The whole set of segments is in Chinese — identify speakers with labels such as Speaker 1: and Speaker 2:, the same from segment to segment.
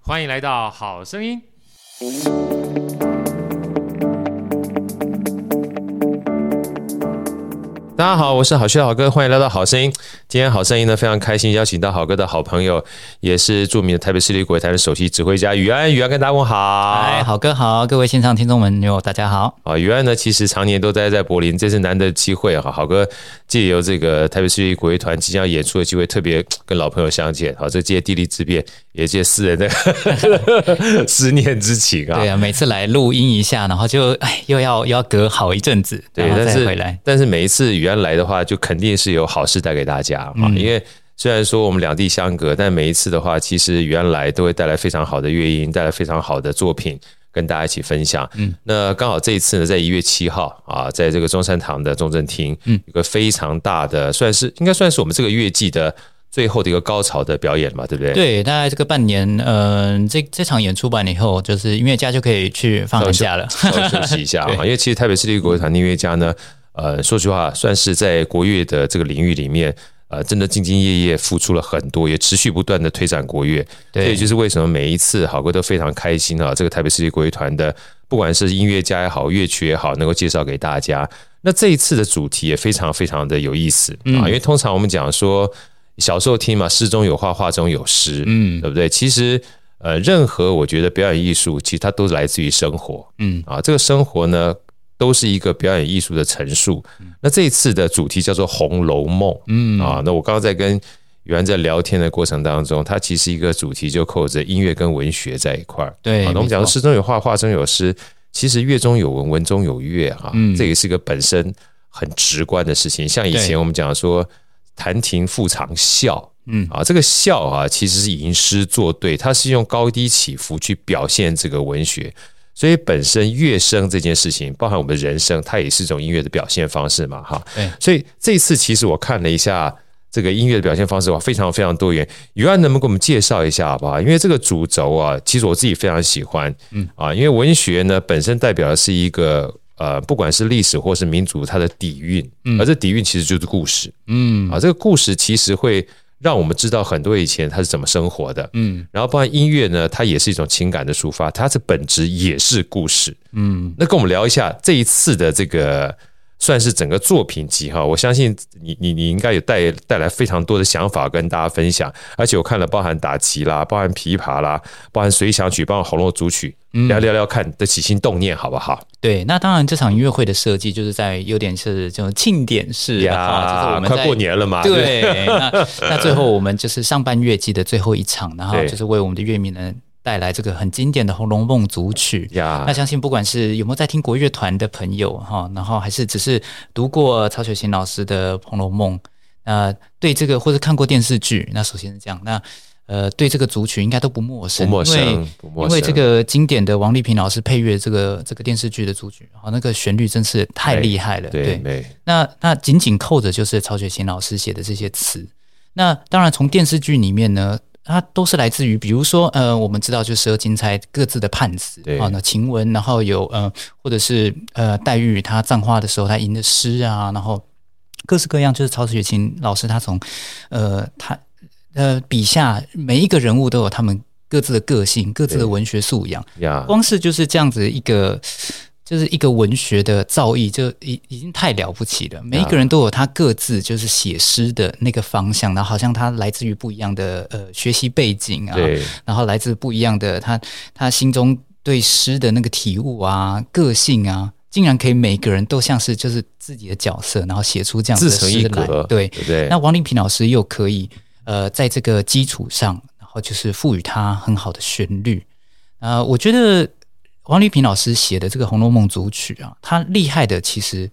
Speaker 1: 欢迎来到《好声音》。
Speaker 2: 大家好，我是好学好哥，欢迎来到好声音。今天好声音呢非常开心，邀请到好哥的好朋友，也是著名的台北市立国乐团的首席指挥家于安。于安跟大家问好。
Speaker 3: 嗨，哎好哥好，各位线上听众朋友，大家好。
Speaker 2: 啊，于安呢其实常年都待在柏林，这是难得的机会啊哈。好哥借由这个台北市立国乐团即将演出的机会，特别跟老朋友相见。好，这借地利之便，也借私人的 思念之情啊。
Speaker 3: 对啊，每次来录音一下，然后就哎又要又要隔好一阵子，
Speaker 2: 对，
Speaker 3: 然后
Speaker 2: 但
Speaker 3: 再
Speaker 2: 是
Speaker 3: 回来。
Speaker 2: 但是每一次雨安来的话，就肯定是有好事带给大家啊、
Speaker 3: 嗯
Speaker 2: 因为虽然说我们两地相隔，但每一次的话，其实雨安来都会带来非常好的乐音，带来非常好的作品。跟大家一起分享。嗯，那刚好这一次呢，在一月七号啊，在这个中山堂的中正厅，嗯，有个非常大的，算是应该算是我们这个乐季的最后的一个高潮的表演嘛，对不对？，
Speaker 3: 对，大概这个半年，嗯、这这场演出完了以后，就是音乐家就可以去放寒假 了。
Speaker 2: 稍微休息一下啊，因为其实台北市立国乐团音乐家呢，呃，说实话，算是在国乐的这个领域里面，呃，真的兢兢业业付出了很多，也持续不断的推展国乐。
Speaker 3: 对
Speaker 2: 这也就是为什么每一次好歌都非常开心啊，这个台北市立国乐团的不管是音乐家也好，乐曲也好，能够介绍给大家。那这一次的主题也非常非常的有意思啊，因为通常我们讲说小时候听嘛，诗中有画，画中有诗，嗯，对不对？其实呃，任何我觉得表演艺术，其实它都来自于生活，嗯啊，这个生活呢，都是一个表演艺术的陈述。那这一次的主题叫做《红楼梦》，嗯啊，那我刚刚在跟宇安在聊天的过程当中，它其实一个主题就扣着音乐跟文学在一块儿。
Speaker 3: 对
Speaker 2: 啊，那我们
Speaker 3: 没
Speaker 2: 讲
Speaker 3: 错
Speaker 2: 说诗中有画，画中有诗，其实乐中有文，文中有乐啊，
Speaker 3: 嗯
Speaker 2: 这也是一个本身很直观的事情。像以
Speaker 3: 对
Speaker 2: 前我们讲说弹琴复长啸。
Speaker 3: 嗯
Speaker 2: 啊，这个笑啊，其实是吟诗作对，它是用高低起伏去表现这个文学。所以本身乐声这件事情，包含我们的人声，它也是一种音乐的表现方式嘛，哈。
Speaker 3: 对
Speaker 2: 所以这一次其实我看了一下这个音乐的表现方式，哇，非常非常多元。于安能不能给我们介绍一下好不好？因为这个主轴啊，其实我自己非常喜欢，嗯啊，因为文学呢本身代表的是一个呃，不管是历史或是民族它的底蕴，而这底蕴其实就是故事，
Speaker 3: 嗯
Speaker 2: 啊，这个故事其实会让我们知道很多以前他是怎么生活的，
Speaker 3: 嗯，
Speaker 2: 然后包含音乐呢，它也是一种情感的抒发，它的本质也是故事，嗯，那跟我们聊一下这一次的这个算是整个作品集哈，我相信你你你应该有带带来非常多的想法跟大家分享，而且我看了包含打击啦，包含琵琶啦，包含随想曲，包含红楼组曲，
Speaker 3: 嗯
Speaker 2: 聊聊聊看的起心动念好不好？
Speaker 3: 对，那当然这场音乐会的设计就是在有点是这种庆典式的话，就是我们
Speaker 2: 快
Speaker 3: 在
Speaker 2: 过年了啊嘛，不
Speaker 3: 对，那那最后我们就是上半月季的最后一场，然后
Speaker 2: 对
Speaker 3: 就是为我们的乐迷呢带来这个很经典的《红楼梦》组曲。
Speaker 2: 呀
Speaker 3: 那，相信不管是有没有在听国乐团的朋友哈，然后还是只是读过曹雪芹老师的《红楼梦》，那对这个或者看过电视剧，那首先是这样，那呃对这个组曲应该都不陌
Speaker 2: 不
Speaker 3: 生，
Speaker 2: 陌
Speaker 3: 因为
Speaker 2: 生，不陌
Speaker 3: 因
Speaker 2: 生，
Speaker 3: 为这个经典的王丽萍老师配乐这个这个电视剧的主曲，好，那个旋律真是太
Speaker 2: 对
Speaker 3: 厉害了。
Speaker 2: 对对。
Speaker 3: 那那紧紧扣着就是曹雪芹老师写的这些词。那当然，从电视剧里面呢，它都是来自于，比如说，呃，我们知道就十二金钗各自的判词
Speaker 2: 对
Speaker 3: 啊，那晴雯，然后有呃，或者是呃，黛玉她葬花的时候她吟的诗啊，然后各式各样，就是曹雪芹老师他从呃他呃笔下每一个人物都有他们各自的个性、各自
Speaker 2: 对
Speaker 3: 的文学素养。
Speaker 2: 呀，
Speaker 3: 光是就是这样子一个，就是一个文学的造诣，就已已经太了不起了。每一个人都有他各自就是写诗的那个方向，然后好像他来自于不一样的呃学习背景啊，
Speaker 2: 对
Speaker 3: 然后来自不一样的他他心中对诗的那个体悟啊、个性啊，竟然可以每个人都像是就是自己的角色，然后写出这样子
Speaker 2: 自
Speaker 3: 的
Speaker 2: 成一
Speaker 3: 诗来
Speaker 2: 格，，
Speaker 3: 对。
Speaker 2: 对不对？
Speaker 3: 那王丽萍老师又可以呃，在这个基础上，然后就是赋予它很好的旋律。呃，我觉得王丽萍老师写的这个《红楼梦》组曲啊，它厉害的其实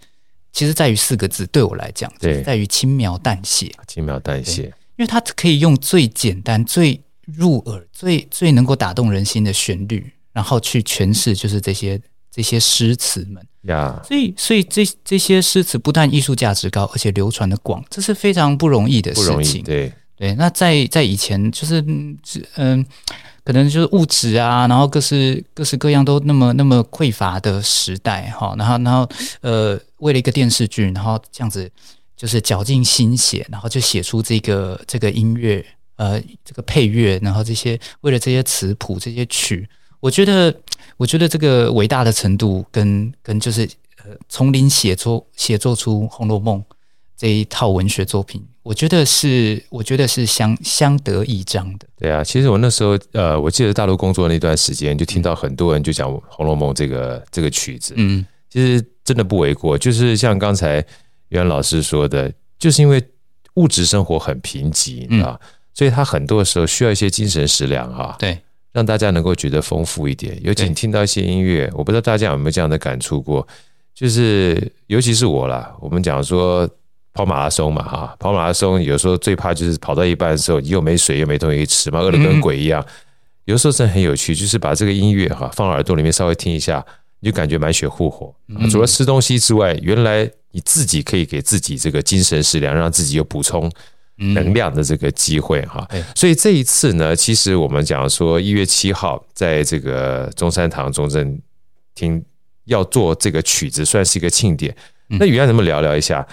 Speaker 3: 其实在于四个字，对我来讲，
Speaker 2: 对
Speaker 3: 就是在于轻描淡写，
Speaker 2: 轻描淡写，
Speaker 3: 因为它可以用最简单、最入耳、最最能够打动人心的旋律，然后去诠释就是这些这些诗词们。
Speaker 2: 呀，
Speaker 3: 所以，所以这这些诗词不但艺术价值高，而且流传的广，这是非常不容易的
Speaker 2: 不
Speaker 3: 事
Speaker 2: 容易，
Speaker 3: 情。
Speaker 2: 对
Speaker 3: 对，那在在以前就是嗯只嗯，可能就是物质啊，然后各式各式各样都那么那么匮乏的时代哈，然后然后呃，为了一个电视剧，然后这样子就是绞尽心血，然后就写出这个这个音乐呃这个配乐，然后这些为了这些词谱、这些曲，我觉得我觉得这个伟大的程度跟跟就是呃从零写作写作出《红楼梦》这一套文学作品，我觉得是我觉得是相相得益彰的。
Speaker 2: 对啊，其实我那时候呃，我记得大陆工作那段时间，就听到很多人就讲《红楼梦》这个这个曲子，
Speaker 3: 嗯
Speaker 2: 其实真的不为过。就是像刚才袁老师说的，就是因为物质生活很贫瘠，你知道吧所以他很多时候需要一些精神食粮啊，
Speaker 3: 对，
Speaker 2: 让大家能够觉得丰富一点。尤其
Speaker 3: 对
Speaker 2: 你听到一些音乐，我不知道大家有没有这样的感触过，就是尤其是我啦，我们讲说跑马拉松嘛，哈、跑马拉松有时候最怕就是跑到一半的时候，你又没水又没东西吃嘛，饿得跟鬼一样。有时候真的很有趣，就是把这个音乐哈、放耳朵里面稍微听一下，你就感觉满血复活、啊除了吃东西之外，原来你自己可以给自己这个精神食粮，让自己有补充
Speaker 3: 嗯
Speaker 2: 能量的这个机会哈、
Speaker 3: 对
Speaker 2: 所以这一次呢，其实我们讲说一月七号在这个中山堂中正厅要做这个曲子，算是一个庆典。
Speaker 3: 嗯
Speaker 2: 那雨安，能不能聊聊一下《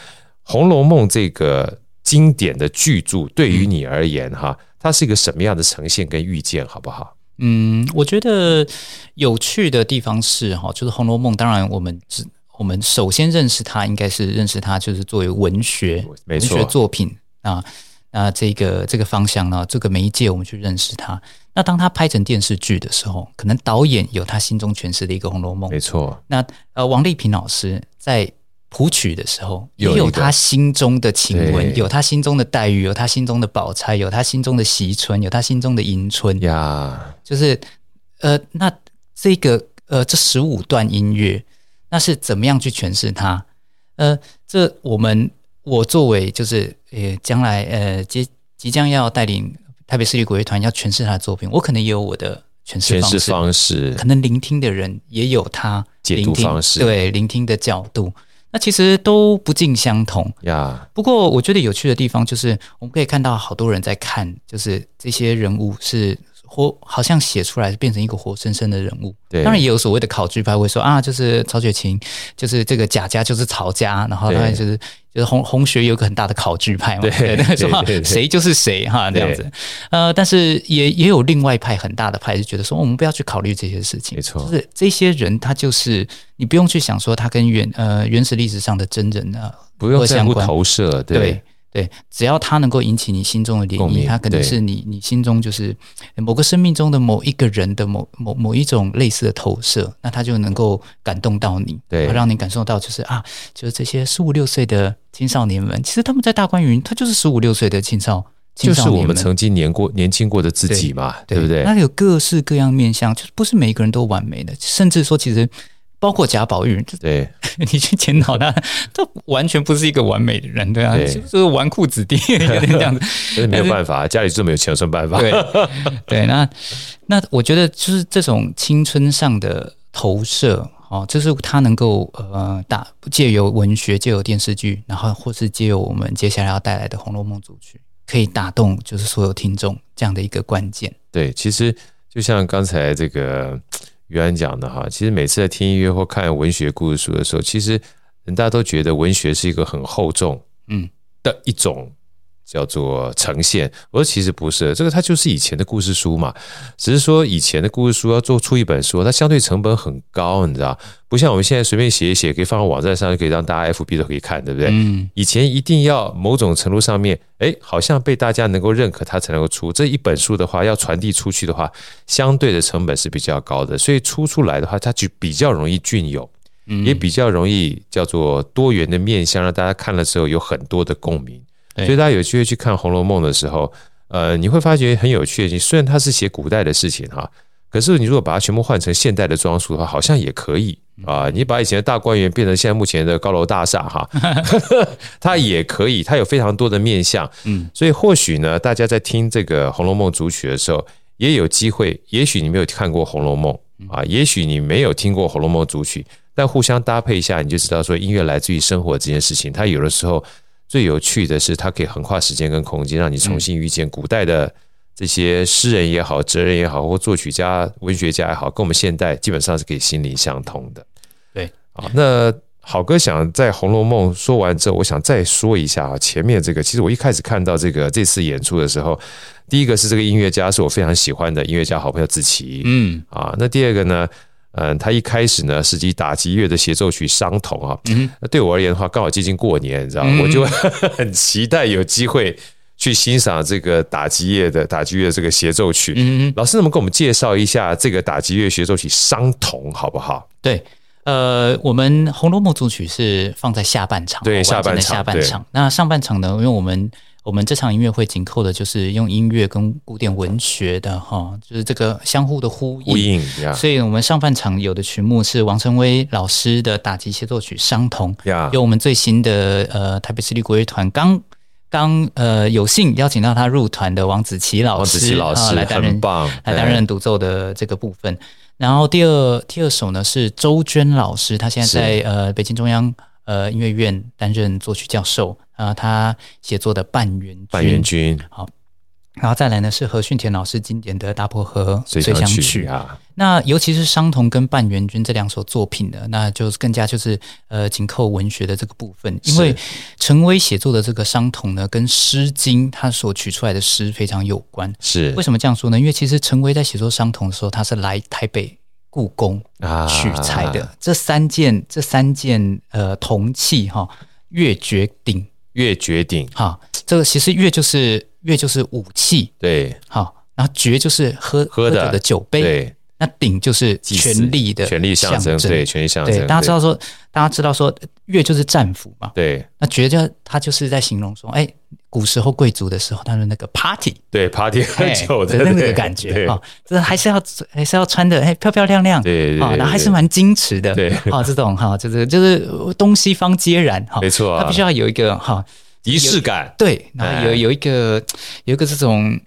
Speaker 2: 红楼梦》这个经典的巨著对于你而言哈，它是一个什么样的呈现跟遇见，好不好？
Speaker 3: 嗯，我觉得有趣的地方是哈，就是《红楼梦》，当然我们只我们首先认识它，应该是认识它就是作为文学
Speaker 2: 没错
Speaker 3: 文学作品啊。那这个这个方向呢，这个媒介我们去认识它。那当它拍成电视剧的时候，可能导演有他心中诠释的一个《红楼梦》
Speaker 2: 没。错，
Speaker 3: 那呃，王丽萍老师在谱曲的时候，也
Speaker 2: 有一
Speaker 3: 有
Speaker 2: 个
Speaker 3: 他心中的晴雯，
Speaker 2: 对
Speaker 3: 有他心中的黛玉，有他心中的宝钗，有他心中的惜春，有他心中的迎春。
Speaker 2: 呀，
Speaker 3: 就是呃，那这个呃，这十五段音乐，那是怎么样去诠释它？呃，这我们我作为就是呃，将来呃即即将要带领台北市立国乐团要诠释他的作品，我可能也有我的诠释
Speaker 2: 诠
Speaker 3: 方
Speaker 2: 释
Speaker 3: 式，
Speaker 2: 方式
Speaker 3: 可能聆听的人也有他
Speaker 2: 解读
Speaker 3: 聆听
Speaker 2: 方式
Speaker 3: 对聆听的角度，那其实都不尽相同。
Speaker 2: 呀，
Speaker 3: 不过我觉得有趣的地方就是，我们可以看到好多人在看，就是这些人物是活，好像写出来变成一个活生生的人物。
Speaker 2: 对
Speaker 3: 当然也有所谓的考据派会说啊，就是曹雪芹，就是这个贾家就是曹家，然后
Speaker 2: 对
Speaker 3: 当然就是就是红红学有一个很大的考据派嘛，
Speaker 2: 对对
Speaker 3: 说啊
Speaker 2: 对对
Speaker 3: 谁就是谁哈这
Speaker 2: 对
Speaker 3: 样子。呃，但是也也有另外一派很大的派是觉得说，我们不要去考虑这些事情，
Speaker 2: 没错
Speaker 3: 就是这些人他就是你不用去想说他跟原呃原始历史上的真人啊
Speaker 2: 不用
Speaker 3: 或
Speaker 2: 相
Speaker 3: 相
Speaker 2: 互
Speaker 3: 关
Speaker 2: 投射，
Speaker 3: 对对，只要它能够引起你心中的涟
Speaker 2: 共
Speaker 3: 漪，
Speaker 2: 鸣
Speaker 3: 它肯定
Speaker 2: 对
Speaker 3: 是你你心中就是某个生命中的某一个人的某某某一种类似的投射，那它就能够感动到你，
Speaker 2: 对
Speaker 3: 然后让你感受到就是啊，就是这些十五六岁的青少年们，其实他们在大观园，他就是十五六岁的青少青
Speaker 2: 就
Speaker 3: 少
Speaker 2: 是
Speaker 3: 年
Speaker 2: 我们曾经年过年轻过的自己嘛，对不对？
Speaker 3: 那有各式各样面相，就是不是每一个人都完美的，甚至说其实包括贾宝玉， 就
Speaker 2: 对，
Speaker 3: 你去检讨他，他完全不是一个完美的人，对啊，
Speaker 2: 对
Speaker 3: 就是纨绔子弟有点这样子。
Speaker 2: 但是没有办法，家里这么有钱有什么办法？
Speaker 3: 对 对，那那我觉得就是这种青春上的投射。哦，就是它能够呃，大借由文学，借由电视剧，然后或是借由我们接下来要带来的《红楼梦》主曲，可以打动就是所有听众这样的一个关键。
Speaker 2: 对，其实就像刚才这个于安讲的哈，其实每次在听音乐或看文学故事书的时候，其实人大家都觉得文学是一个很厚重，
Speaker 3: 嗯，
Speaker 2: 的一种叫做呈现。我说其实不是，这个它就是以前的故事书嘛，只是说以前的故事书要做出一本书，它相对成本很高，你知道，不像我们现在随便写一写，可以放到网站上，可以让大家 FB 都可以看，对不对？
Speaker 3: 嗯，
Speaker 2: 以前一定要某种程度上面，哎，好像被大家能够认可，它才能够出这一本书的话，要传递出去的话，相对的成本是比较高的，所以出出来的话，它就比较容易隽永，
Speaker 3: 嗯
Speaker 2: 也比较容易叫做多元的面向，让大家看了之后有很多的共鸣。
Speaker 3: 对
Speaker 2: 所以大家有机会去看《红楼梦》的时候，呃，你会发觉很有趣。你虽然它是写古代的事情哈，可是你如果把它全部换成现代的装束的话，好像也可以啊、你把以前的大观园变成现在目前的高楼大厦哈，它也可以，它有非常多的面向。
Speaker 3: 嗯，
Speaker 2: 所以或许呢，大家在听这个《红楼梦》主曲的时候，也有机会。也许你没有看过《红楼梦》啊，也许你没有听过《红楼梦》主曲，但互相搭配一下，你就知道说音乐来自于生活这件事情。它有的时候最有趣的是，它可以横跨时间跟空间，让你重新遇见古代的这些诗人也好、哲人也好，或作曲家、文学家也好，跟我们现代基本上是可以心灵相通的。
Speaker 3: 对
Speaker 2: 啊，那好哥想在《红楼梦》说完之后，我想再说一下啊，前面这个，其实我一开始看到这个这次演出的时候，第一个是这个音乐家是我非常喜欢的音乐家好朋友子琪，
Speaker 3: 嗯
Speaker 2: 啊，那第二个呢，嗯，他一开始呢是以打击乐的协奏曲《伤痛》啊，
Speaker 3: 嗯
Speaker 2: 那对我而言的话，刚好接近过年，你知道，我就很期待有机会去欣赏这个打击乐的打击乐这个协奏曲。
Speaker 3: 嗯，
Speaker 2: 老师，能不能给我们介绍一下这个打击乐协奏曲《伤痛》好不好？
Speaker 3: 对，呃，我们《红楼梦》组曲是放在下半场，
Speaker 2: 对
Speaker 3: 完整
Speaker 2: 下半
Speaker 3: 的
Speaker 2: 场
Speaker 3: 下半
Speaker 2: 对
Speaker 3: 场。那上半场呢，因为我们我们这场音乐会紧扣的就是用音乐跟古典文学的哈，就是这个相互的呼应。
Speaker 2: 呼应呀
Speaker 3: 所以我们上半场有的曲目是王成威老师的打击协奏曲《伤痛》，
Speaker 2: 呀，
Speaker 3: 有我们最新的呃台北市立国乐团刚刚呃有幸邀请到他入团的王子琪老师，
Speaker 2: 王子琪老
Speaker 3: 啊
Speaker 2: 师
Speaker 3: 来担任
Speaker 2: 很棒，哎
Speaker 3: 来担任独奏的这个部分。然后第二第二首呢是周娟老师，她现在在呃北京中央呃音乐院担任作曲教授啊、呃，她写作的《半圆君》，
Speaker 2: 半圆君
Speaker 3: 啊然后再来呢是何训田老师经典的《大破河
Speaker 2: 随
Speaker 3: 随
Speaker 2: 想
Speaker 3: 想
Speaker 2: 曲
Speaker 3: 曲》
Speaker 2: 啊，
Speaker 3: 那尤其是《伤童》跟《半圆君》这两首作品呢，那就更加就是呃紧扣文学的这个部分，因为
Speaker 2: 是
Speaker 3: 陈威写作的这个《伤童》呢，跟《诗经》他所取出来的诗非常有关。
Speaker 2: 是
Speaker 3: 为什么这样说呢？因为其实陈威在写作《伤童》的时候，他是来台北故宫
Speaker 2: 啊
Speaker 3: 取材的、这三件这三件呃铜器哈，乐绝鼎
Speaker 2: 乐绝顶，
Speaker 3: 哈，这个其实乐就是乐就是武器
Speaker 2: 对
Speaker 3: 哈，然后绝就是喝
Speaker 2: 喝的
Speaker 3: 酒的酒杯。
Speaker 2: 对，
Speaker 3: 那鼎就是
Speaker 2: 祭祀
Speaker 3: 权力的
Speaker 2: 权力象征，对，权力象征，
Speaker 3: 对，大家知道说，大家知道说，乐就是战俘嘛，
Speaker 2: 对，对
Speaker 3: 那绝就他就是在形容说，哎，古时候贵族的时候，他的那个 party
Speaker 2: 对，party 喝
Speaker 3: 哎
Speaker 2: 酒的
Speaker 3: 的那个
Speaker 2: 对
Speaker 3: 感觉
Speaker 2: 对
Speaker 3: 啊，这还是要还是要穿的哎漂漂亮亮，
Speaker 2: 对对
Speaker 3: 啊，
Speaker 2: 对
Speaker 3: 然后还
Speaker 2: 对
Speaker 3: 是蛮矜持的，
Speaker 2: 对
Speaker 3: 啊，这种哈，就是就是东西方皆然哈，
Speaker 2: 没错啊
Speaker 3: 哦他必须要有一个哈，
Speaker 2: 仪式感，
Speaker 3: 对，然后有
Speaker 2: 哎
Speaker 3: 有一个有一个这种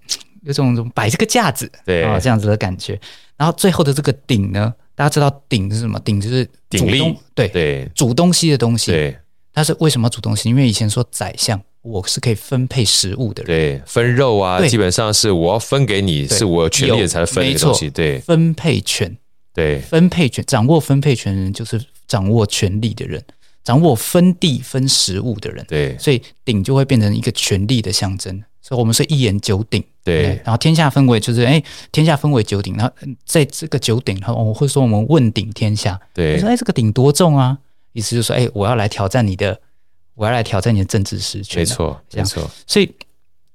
Speaker 3: 有种种摆这个架子，
Speaker 2: 对
Speaker 3: 啊、这样子的感觉。然后最后的这个鼎呢，大家知道鼎是什么？鼎就是
Speaker 2: 鼎立
Speaker 3: 煮东对
Speaker 2: 对
Speaker 3: 煮东西的东西。
Speaker 2: 对
Speaker 3: 它是为什么要煮东西？因为以前说宰相，我是可以分配食物的人，
Speaker 2: 对，分肉啊，
Speaker 3: 对
Speaker 2: 基本上是我要分给你，
Speaker 3: 对
Speaker 2: 是我有权利
Speaker 3: 有
Speaker 2: 的才分
Speaker 3: 没
Speaker 2: 那个东
Speaker 3: 错
Speaker 2: 西，对
Speaker 3: 分配权，
Speaker 2: 对
Speaker 3: 分配权，掌握分配权的人就是掌握权力的人，掌握分地分食物的人。
Speaker 2: 对
Speaker 3: 所以鼎就会变成一个权力的象征。所以我们是一言九鼎，
Speaker 2: 对
Speaker 3: 然后天下分为就是，哎，天下分为九鼎，然后嗯在这个九鼎，然后我会说我们问鼎天下，你
Speaker 2: 对
Speaker 3: 说，哎，这个鼎多重啊？意思就是说，哎，我要来挑战你的，我要来挑战你的政治实权。
Speaker 2: 没。错
Speaker 3: 这
Speaker 2: 没
Speaker 3: 样
Speaker 2: 错，
Speaker 3: 所以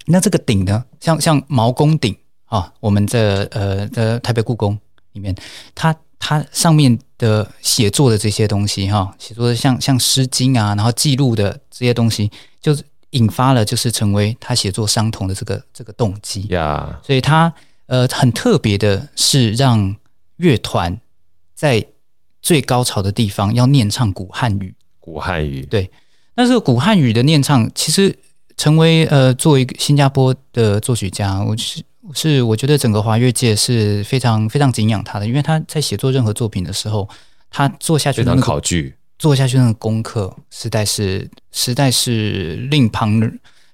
Speaker 3: 那这个鼎呢，像像毛公鼎啊，我们这呃的台北故宫里面，它它上面的写作的这些东西哈、写作的像像《诗经》啊，然后记录的这些东西，就是引发了就是成为他写作伤痛的这个这个动机。
Speaker 2: 呀
Speaker 3: 所以它呃很特别的是让乐团在最高潮的地方要念唱古汉语，
Speaker 2: 古汉语
Speaker 3: 对但是古汉语的念唱，其实成为呃，作为一个新加坡的作曲家，我是是我觉得整个华乐界是非常非常敬仰他的，因为他在写作任何作品的时候，他做下去
Speaker 2: 非
Speaker 3: 的
Speaker 2: 常
Speaker 3: 那个
Speaker 2: 考据，
Speaker 3: 做下去的那个功课，实在是实在是令旁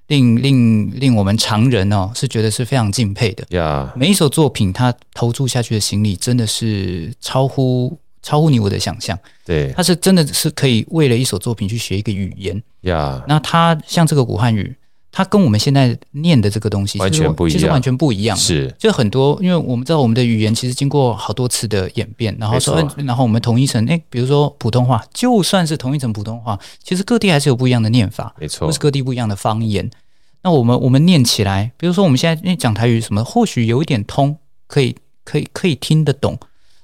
Speaker 3: 令令令我们常人哦是觉得是非常敬佩的。
Speaker 2: 呀
Speaker 3: 每一首作品，他投注下去的心力真的是超乎超乎你我的想象，
Speaker 2: 对
Speaker 3: 他是真的是可以为了一首作品去学一个语言。
Speaker 2: 呀
Speaker 3: 那它像这个古汉语，它跟我们现在念的这个东西
Speaker 2: 完
Speaker 3: 其实
Speaker 2: 全
Speaker 3: 我
Speaker 2: 不一
Speaker 3: 其实
Speaker 2: 样
Speaker 3: 完全不一样。，
Speaker 2: 是
Speaker 3: 就很多，因为我们知道我们的语言其实经过好多次的演变，然后说，
Speaker 2: 没
Speaker 3: 哎
Speaker 2: 错
Speaker 3: 然后我们同一层，哎，比如说普通话，就算是同一层普通话，其实各地还是有不一样的念法，
Speaker 2: 没错
Speaker 3: 或是各地不一样的方言。那我们我们念起来，比如说我们现在因为讲台语什么，或许有一点通，可以可以可以听得懂，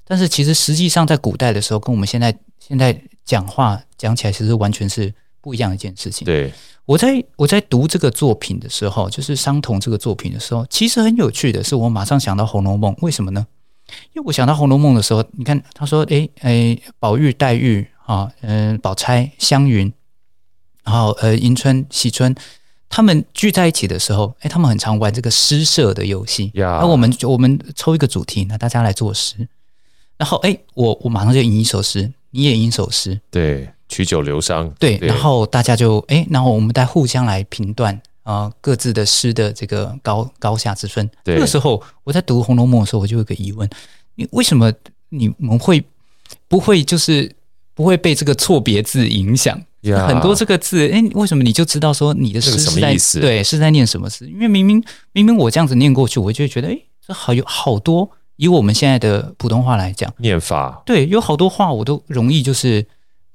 Speaker 3: 但是其实实际上在古代的时候，跟我们现在现在讲话讲起来，其实完全是不一样的一件事情。
Speaker 2: 对
Speaker 3: 我在我在读这个作品的时候，就是《伤童》这个作品的时候，其实很有趣的是，我马上想到《红楼梦》，为什么呢？因为我想到《红楼梦》的时候，你看他说，诶诶，宝玉、黛玉啊，嗯、宝钗、湘云，然后呃，迎春、惜春，他们聚在一起的时候，诶，他们很常玩这个诗社的游戏。
Speaker 2: 呀
Speaker 3: 那我们我们抽一个主题，那大家来作诗，然后诶，我我马上就吟一首诗，你也吟一首诗，
Speaker 2: 对曲酒疗伤，
Speaker 3: 对，然后大家就哎，然后我们再互相来评断啊、呃各自的诗的这个高高下之分。
Speaker 2: 对
Speaker 3: 那个时候我在读《红楼梦》的时候，我就有一个疑问：你为什么你们会不会就是不会被这个错别字影响。
Speaker 2: 呀
Speaker 3: 很多这个字，哎，为什么你就知道说你的诗
Speaker 2: 啊这个什么
Speaker 3: 是在
Speaker 2: 意思
Speaker 3: 对是在念什么诗？因为明明明明我这样子念过去，我就会觉得，哎，这好有好多。以我们现在的普通话来讲，
Speaker 2: 念法，
Speaker 3: 对，有好多话我都容易就是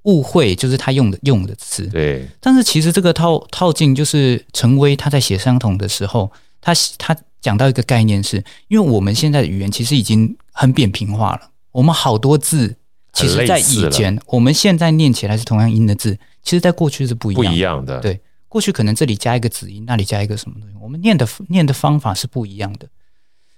Speaker 3: 误会，就是他用的用的词。
Speaker 2: 对，
Speaker 3: 但是其实这个套套进就是陈威他在写相同的时候，他他讲到一个概念是，因为我们现在的语言其实已经很扁平化了，我们好多字其实
Speaker 2: 很
Speaker 3: 在
Speaker 2: 类似
Speaker 3: 以
Speaker 2: 了
Speaker 3: 前我们现在念起来是同样音的字，其实在过去是不一
Speaker 2: 不
Speaker 3: 样
Speaker 2: 一
Speaker 3: 的。
Speaker 2: 样的，
Speaker 3: 对过去可能这里加一个子音，那里加一个什么东西，我们念的念的方法是不一样的。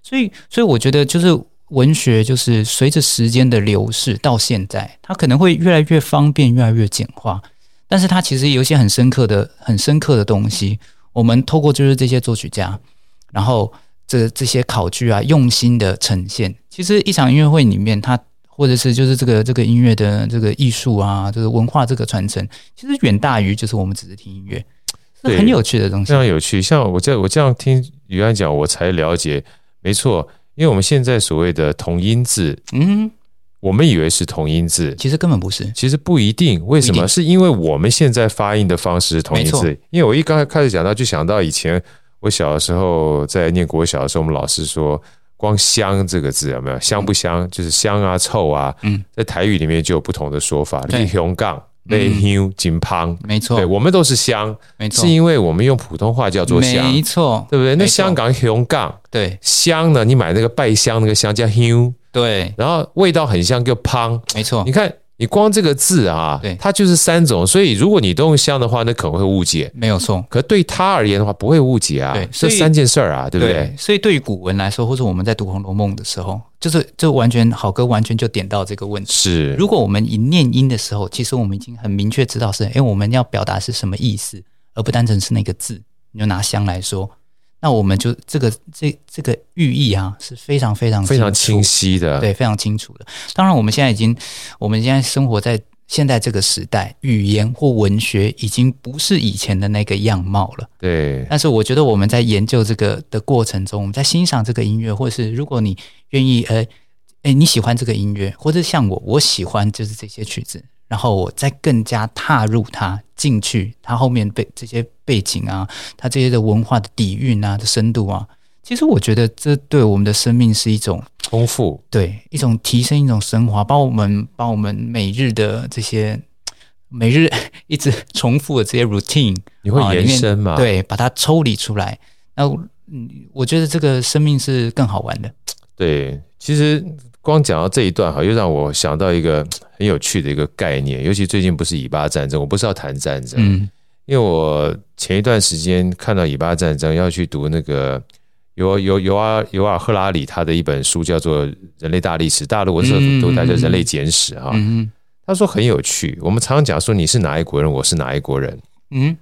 Speaker 3: 所以，所以我觉得就是文学，就是随着时间的流逝到现在，它可能会越来越方便，越来越简化，但是它其实有一些很深刻的、很深刻的东西。我们透过就是这些作曲家，然后这这些考据啊，用心的呈现。其实一场音乐会里面，它或者是就是这个这个音乐的这个艺术啊，这个文化这个传承，其实远大于就是我们只是听音乐，是
Speaker 2: 对
Speaker 3: 很有趣的东西
Speaker 2: 非。常有趣。像我这我这样听于安讲，我才了解，没错，因为我们现在所谓的同音字，
Speaker 3: 嗯，
Speaker 2: 我们以为是同音字，
Speaker 3: 其实根本不是。
Speaker 2: 其实不一定，为什
Speaker 3: 不一
Speaker 2: 么？
Speaker 3: 定
Speaker 2: 是因为我们现在发音的方式是同音
Speaker 3: 没错
Speaker 2: 字。因为我一刚开始讲到，就想到以前我小时候在念国小的时候，我们老师说“光香”这个字有没有香不香？就是香啊、臭啊。
Speaker 3: 嗯，
Speaker 2: 在台语里面就有不同的说法，
Speaker 3: 对嗯
Speaker 2: 立雄杠、内香、金胖。
Speaker 3: 没错
Speaker 2: 对，，我们都是香，
Speaker 3: 没错
Speaker 2: 是，因为我们用普通话叫做香，
Speaker 3: 没错，
Speaker 2: 对不对？那
Speaker 3: 没错
Speaker 2: 香港雄杠
Speaker 3: 对
Speaker 2: 香呢？你买那个拜香那个香叫香，
Speaker 3: 对，
Speaker 2: 然后味道很香，叫胖。
Speaker 3: 没错
Speaker 2: 你，看，你光这个字啊
Speaker 3: 哦对，
Speaker 2: 它就是三种，所以如果你都用香的话，那可能会误解。
Speaker 3: 没有错，
Speaker 2: 可对他而言的话，不会误解啊
Speaker 3: 对，
Speaker 2: 这
Speaker 3: 所以
Speaker 2: 三件事儿啊，对不对？
Speaker 3: 所以对于古文来说，或者我们在读《红楼梦》的时候，就是就完全好哥完全就点到这个问题。
Speaker 2: 是，
Speaker 3: 如果我们一念音的时候，其实我们已经很明确知道是，哎，我们要表达是什么意思，而不单纯是那个字。你就拿香来说，那我们就这个这这个寓意啊，是非常非常
Speaker 2: 非常
Speaker 3: 清楚
Speaker 2: 清晰的，
Speaker 3: 对，非常清楚的。当然，我们现在已经，我们现在生活在现在这个时代，语言或文学已经不是以前的那个样貌了。
Speaker 2: 对
Speaker 3: 但是，我觉得我们在研究这个的过程中，我们在欣赏这个音乐，或者是如果你愿意，呃，诶，你喜欢这个音乐，或者像我，我喜欢就是这些曲子，然后我再更加踏入它进去，它后面背这些背景啊，它这些的文化的底蕴啊的深度啊，其实我觉得这对我们的生命是一种
Speaker 2: 丰富，
Speaker 3: 对一种提升，一种升华，把我们把我们每日的这些每日一直重复的这些 routine，
Speaker 2: 你会
Speaker 3: 啊
Speaker 2: 延
Speaker 3: 里面
Speaker 2: 伸嘛？，
Speaker 3: 对，把它抽离出来。那嗯，我觉得这个生命是更好玩的。
Speaker 2: 对，其实光讲到这一段哈，又让我想到一个很有趣的一个概念，尤其最近不是以巴战争，我不是要谈战争，
Speaker 3: 嗯
Speaker 2: 因为我前一段时间看到以巴战争，要去读那个尤尤尤阿尤尔赫拉里他的一本书，叫做《人类大历史》，大陆我是
Speaker 3: 嗯
Speaker 2: 读它叫
Speaker 3: 嗯
Speaker 2: 《人类简史》哈。
Speaker 3: 嗯
Speaker 2: 他说很有趣，我们常常讲说你是哪一国人，我是哪一国人，
Speaker 3: 嗯，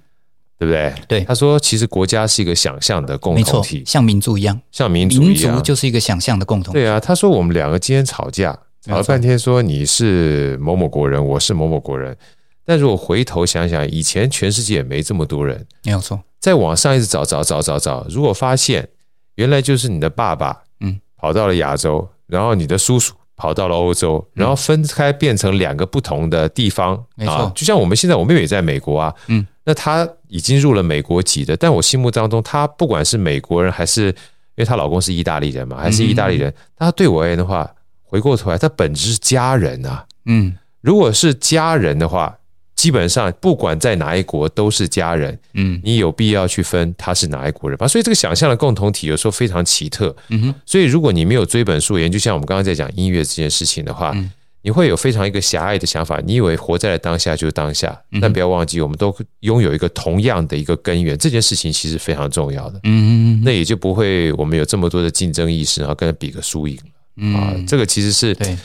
Speaker 2: 对不对？
Speaker 3: 对
Speaker 2: 他说其实国家是一个想象的共
Speaker 3: 没
Speaker 2: 同
Speaker 3: 错，
Speaker 2: 体，
Speaker 3: 像民族一样，
Speaker 2: 像民族
Speaker 3: 民
Speaker 2: 一
Speaker 3: 族
Speaker 2: 样。
Speaker 3: 就是一个想象的共同。
Speaker 2: 对啊，他说我们两个今天吵架，
Speaker 3: 没
Speaker 2: 吵了
Speaker 3: 错
Speaker 2: 半天说你是某某国人，我是某某国人。但如果回头想想，以前全世界也没这么多人，
Speaker 3: 没有错，
Speaker 2: 在网上一直找找找找找，如果发现原来就是你的爸爸，
Speaker 3: 嗯，
Speaker 2: 跑到了亚洲，然后你的叔叔跑到了欧洲，然后分开变成两个不同的地方，
Speaker 3: 嗯没错
Speaker 2: 啊就像我们现在我妹妹也在美国啊，
Speaker 3: 嗯，
Speaker 2: 那她已经入了美国籍的，但我心目当中，她不管是美国人还是因为她老公是意大利人
Speaker 3: 嗯
Speaker 2: 嘛，还是意大利人，她对我而言的话，回过头来，她本质是家人啊，
Speaker 3: 嗯
Speaker 2: 如果是家人的话。基本上不管在哪一国都是家人，
Speaker 3: 嗯
Speaker 2: 你有必要去分他是哪一国人吧。所以这个想象的共同体有时候非常奇特。
Speaker 3: 嗯哼，
Speaker 2: 所以如果你没有追本溯源，就像我们刚刚在讲音乐这件事情的话，
Speaker 3: 嗯
Speaker 2: 你会有非常一个狭隘的想法，你以为活在了当下就是当下，
Speaker 3: 嗯哼
Speaker 2: 但不要忘记，我们都拥有一个同样的一个根源，这件事情其实非常重要的。
Speaker 3: 嗯
Speaker 2: 那也就不会我们有这么多的竞争意识，然后跟人比个输赢
Speaker 3: 嗯
Speaker 2: 啊。这个其实是
Speaker 3: 对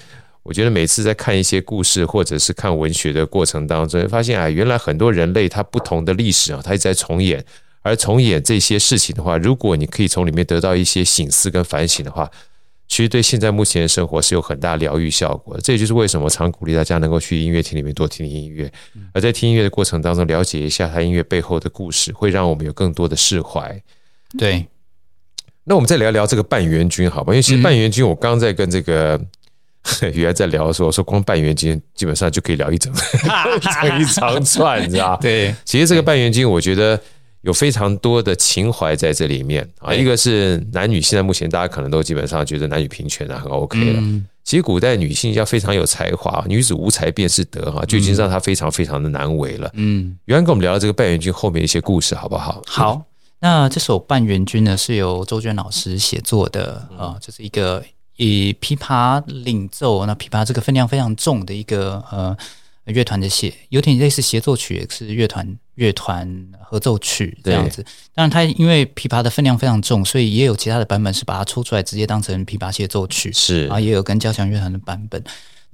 Speaker 2: 我觉得每次在看一些故事或者是看文学的过程当中，会发现啊，原来很多人类他不同的历史啊，他一直在重演。而重演这些事情的话，如果你可以从里面得到一些醒思跟反省的话，其实对现在目前的生活是有很大疗愈效果的。这也就是为什么我常鼓励大家能够去音乐厅里面多听听音乐，而在听音乐的过程当中，了解一下他音乐背后的故事，会让我们有更多的释怀。
Speaker 3: 对，嗯
Speaker 2: 那我们再聊聊这个半圆军，好吧？因为其实半圆军，我刚刚在跟这个 原来在聊的时候说，光半元金基本上就可以聊一整 整一长串，你知道吧？
Speaker 3: 对，
Speaker 2: 其实这个半圆经，我觉得有非常多的情怀在这里面啊。
Speaker 3: 对
Speaker 2: 一个是男女，现在目前大家可能都基本上觉得男女平权啊，很 OK 了。
Speaker 3: 嗯
Speaker 2: 其实古代女性要非常有才华，女子无才便是德哈，就已经让她非常非常的难为了。
Speaker 3: 嗯，
Speaker 2: 原来跟我们聊聊这个半圆经后面一些故事，好不好？
Speaker 3: 好。那这首《半圆君》呢，是由周娟老师写作的，呃，这、是一个以琵琶领奏，那琵琶这个分量非常重的一个呃乐团的写，有点类似协奏曲，也是乐团乐团合奏曲这样子。当然，它因为琵琶的分量非常重，所以也有其他的版本是把它抽出来直接当成琵琶协奏曲。
Speaker 2: 是
Speaker 3: 啊然后也有跟交响乐团的版本。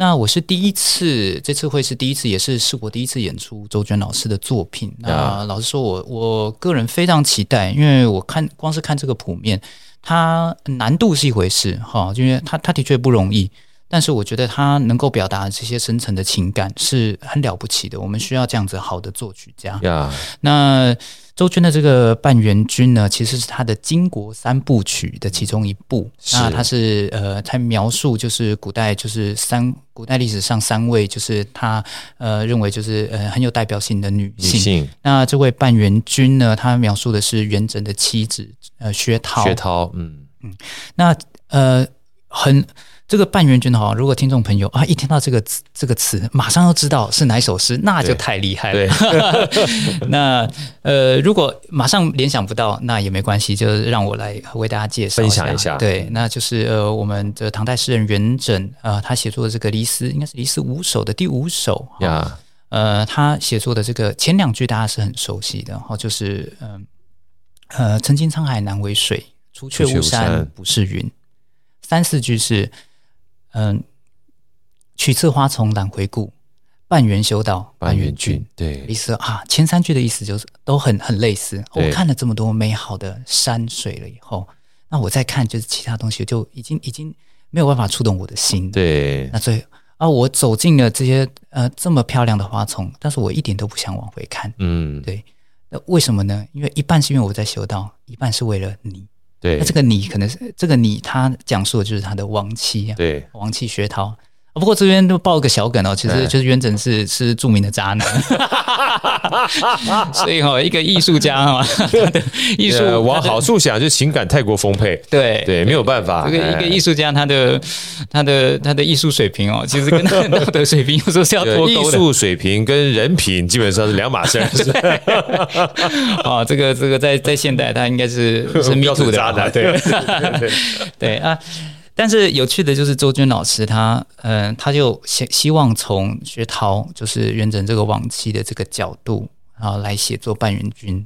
Speaker 3: 那我是第一次，这次会是第一次，也是是我第一次演出周娟老师的作品。那老实说我，我个人非常期待，因为我看光是看这个谱面，它难度是一回事哈，因为它它的确不容易。但是我觉得它能够表达这些深层的情感是很了不起的，我们需要这样子好的作曲家。
Speaker 2: 呀，
Speaker 3: 那周娟的这个《半圆君》呢，其实是她的《巾帼三部曲》的其中一部。
Speaker 2: 是
Speaker 3: 那它是呃，它描述就是古代就是三古代历史上三位就是她呃认为就是呃很有代表性的女
Speaker 2: 女
Speaker 3: 性。
Speaker 2: 性
Speaker 3: 那这位半圆君呢，她描述的是元稹的妻子呃薛涛。
Speaker 2: 薛涛，嗯，
Speaker 3: 那呃，很这个半圆君哈，如果听众朋友啊一听到这个词这个词，马上就知道是哪一首诗，那就
Speaker 2: 对
Speaker 3: 太厉害了。
Speaker 2: 对，
Speaker 3: 那呃，如果马上联想不到，那也没关系，就是让我来为大家介绍
Speaker 2: 分享一下
Speaker 3: 对，那就是呃，我们的唐代诗人元稹呃，他写作的这个《离思》，应该是《离思五首》的第五首。
Speaker 2: 呀，
Speaker 3: 呃，他写作的这个前两句大家是很熟悉的，然后就是嗯呃曾经沧海难为水，除却
Speaker 2: 除却
Speaker 3: 巫
Speaker 2: 巫
Speaker 3: 山
Speaker 2: 山
Speaker 3: 不是云。三四句是嗯、取次花丛懒回顾，半缘修道
Speaker 2: 半圆
Speaker 3: 君
Speaker 2: 君，。对
Speaker 3: 意思啊，前三句的意思就是都很很类似。
Speaker 2: 对
Speaker 3: 我看了这么多美好的山水了以后，那我再看就是其他东西，就已经已经没有办法触动我的心。，
Speaker 2: 对
Speaker 3: 那最啊，我走进了这些呃这么漂亮的花丛，但是我一点都不想往回看。
Speaker 2: 嗯，
Speaker 3: 对，那为什么呢？因为一半是因为我在修道，一半是为了你。
Speaker 2: 对
Speaker 3: 那这个你可能是这个你，他讲述的就是他的亡妻啊，
Speaker 2: 对，
Speaker 3: 亡妻薛涛。啊不过这边就爆个小梗哦，其实
Speaker 2: 哎
Speaker 3: 就是元稹是是著名的渣男， 所以哦，一个艺术家哦， 他的艺术
Speaker 2: 呃往
Speaker 3: 他的
Speaker 2: 好处想，就情感太过丰沛，
Speaker 3: 对
Speaker 2: 对，没有办法，
Speaker 3: 哎这个一
Speaker 2: 哎
Speaker 3: 个艺术家他的他的他的艺术水平哦，其实 跟他的道德水平有时候是要
Speaker 2: 对
Speaker 3: 脱
Speaker 2: 艺
Speaker 3: 钩的
Speaker 2: 术水平跟人品基本上是两码事儿， 是吧
Speaker 3: 啊。这个这个在在现代他应该是是迷
Speaker 2: 标准
Speaker 3: 途的
Speaker 2: 渣男，
Speaker 3: 对
Speaker 2: 对对对
Speaker 3: 对啊。但是有趣的就是周娟老师他，嗯、他就希希望从薛涛，就是元稹这个亡妻的这个角度，然后来写作《半圆君》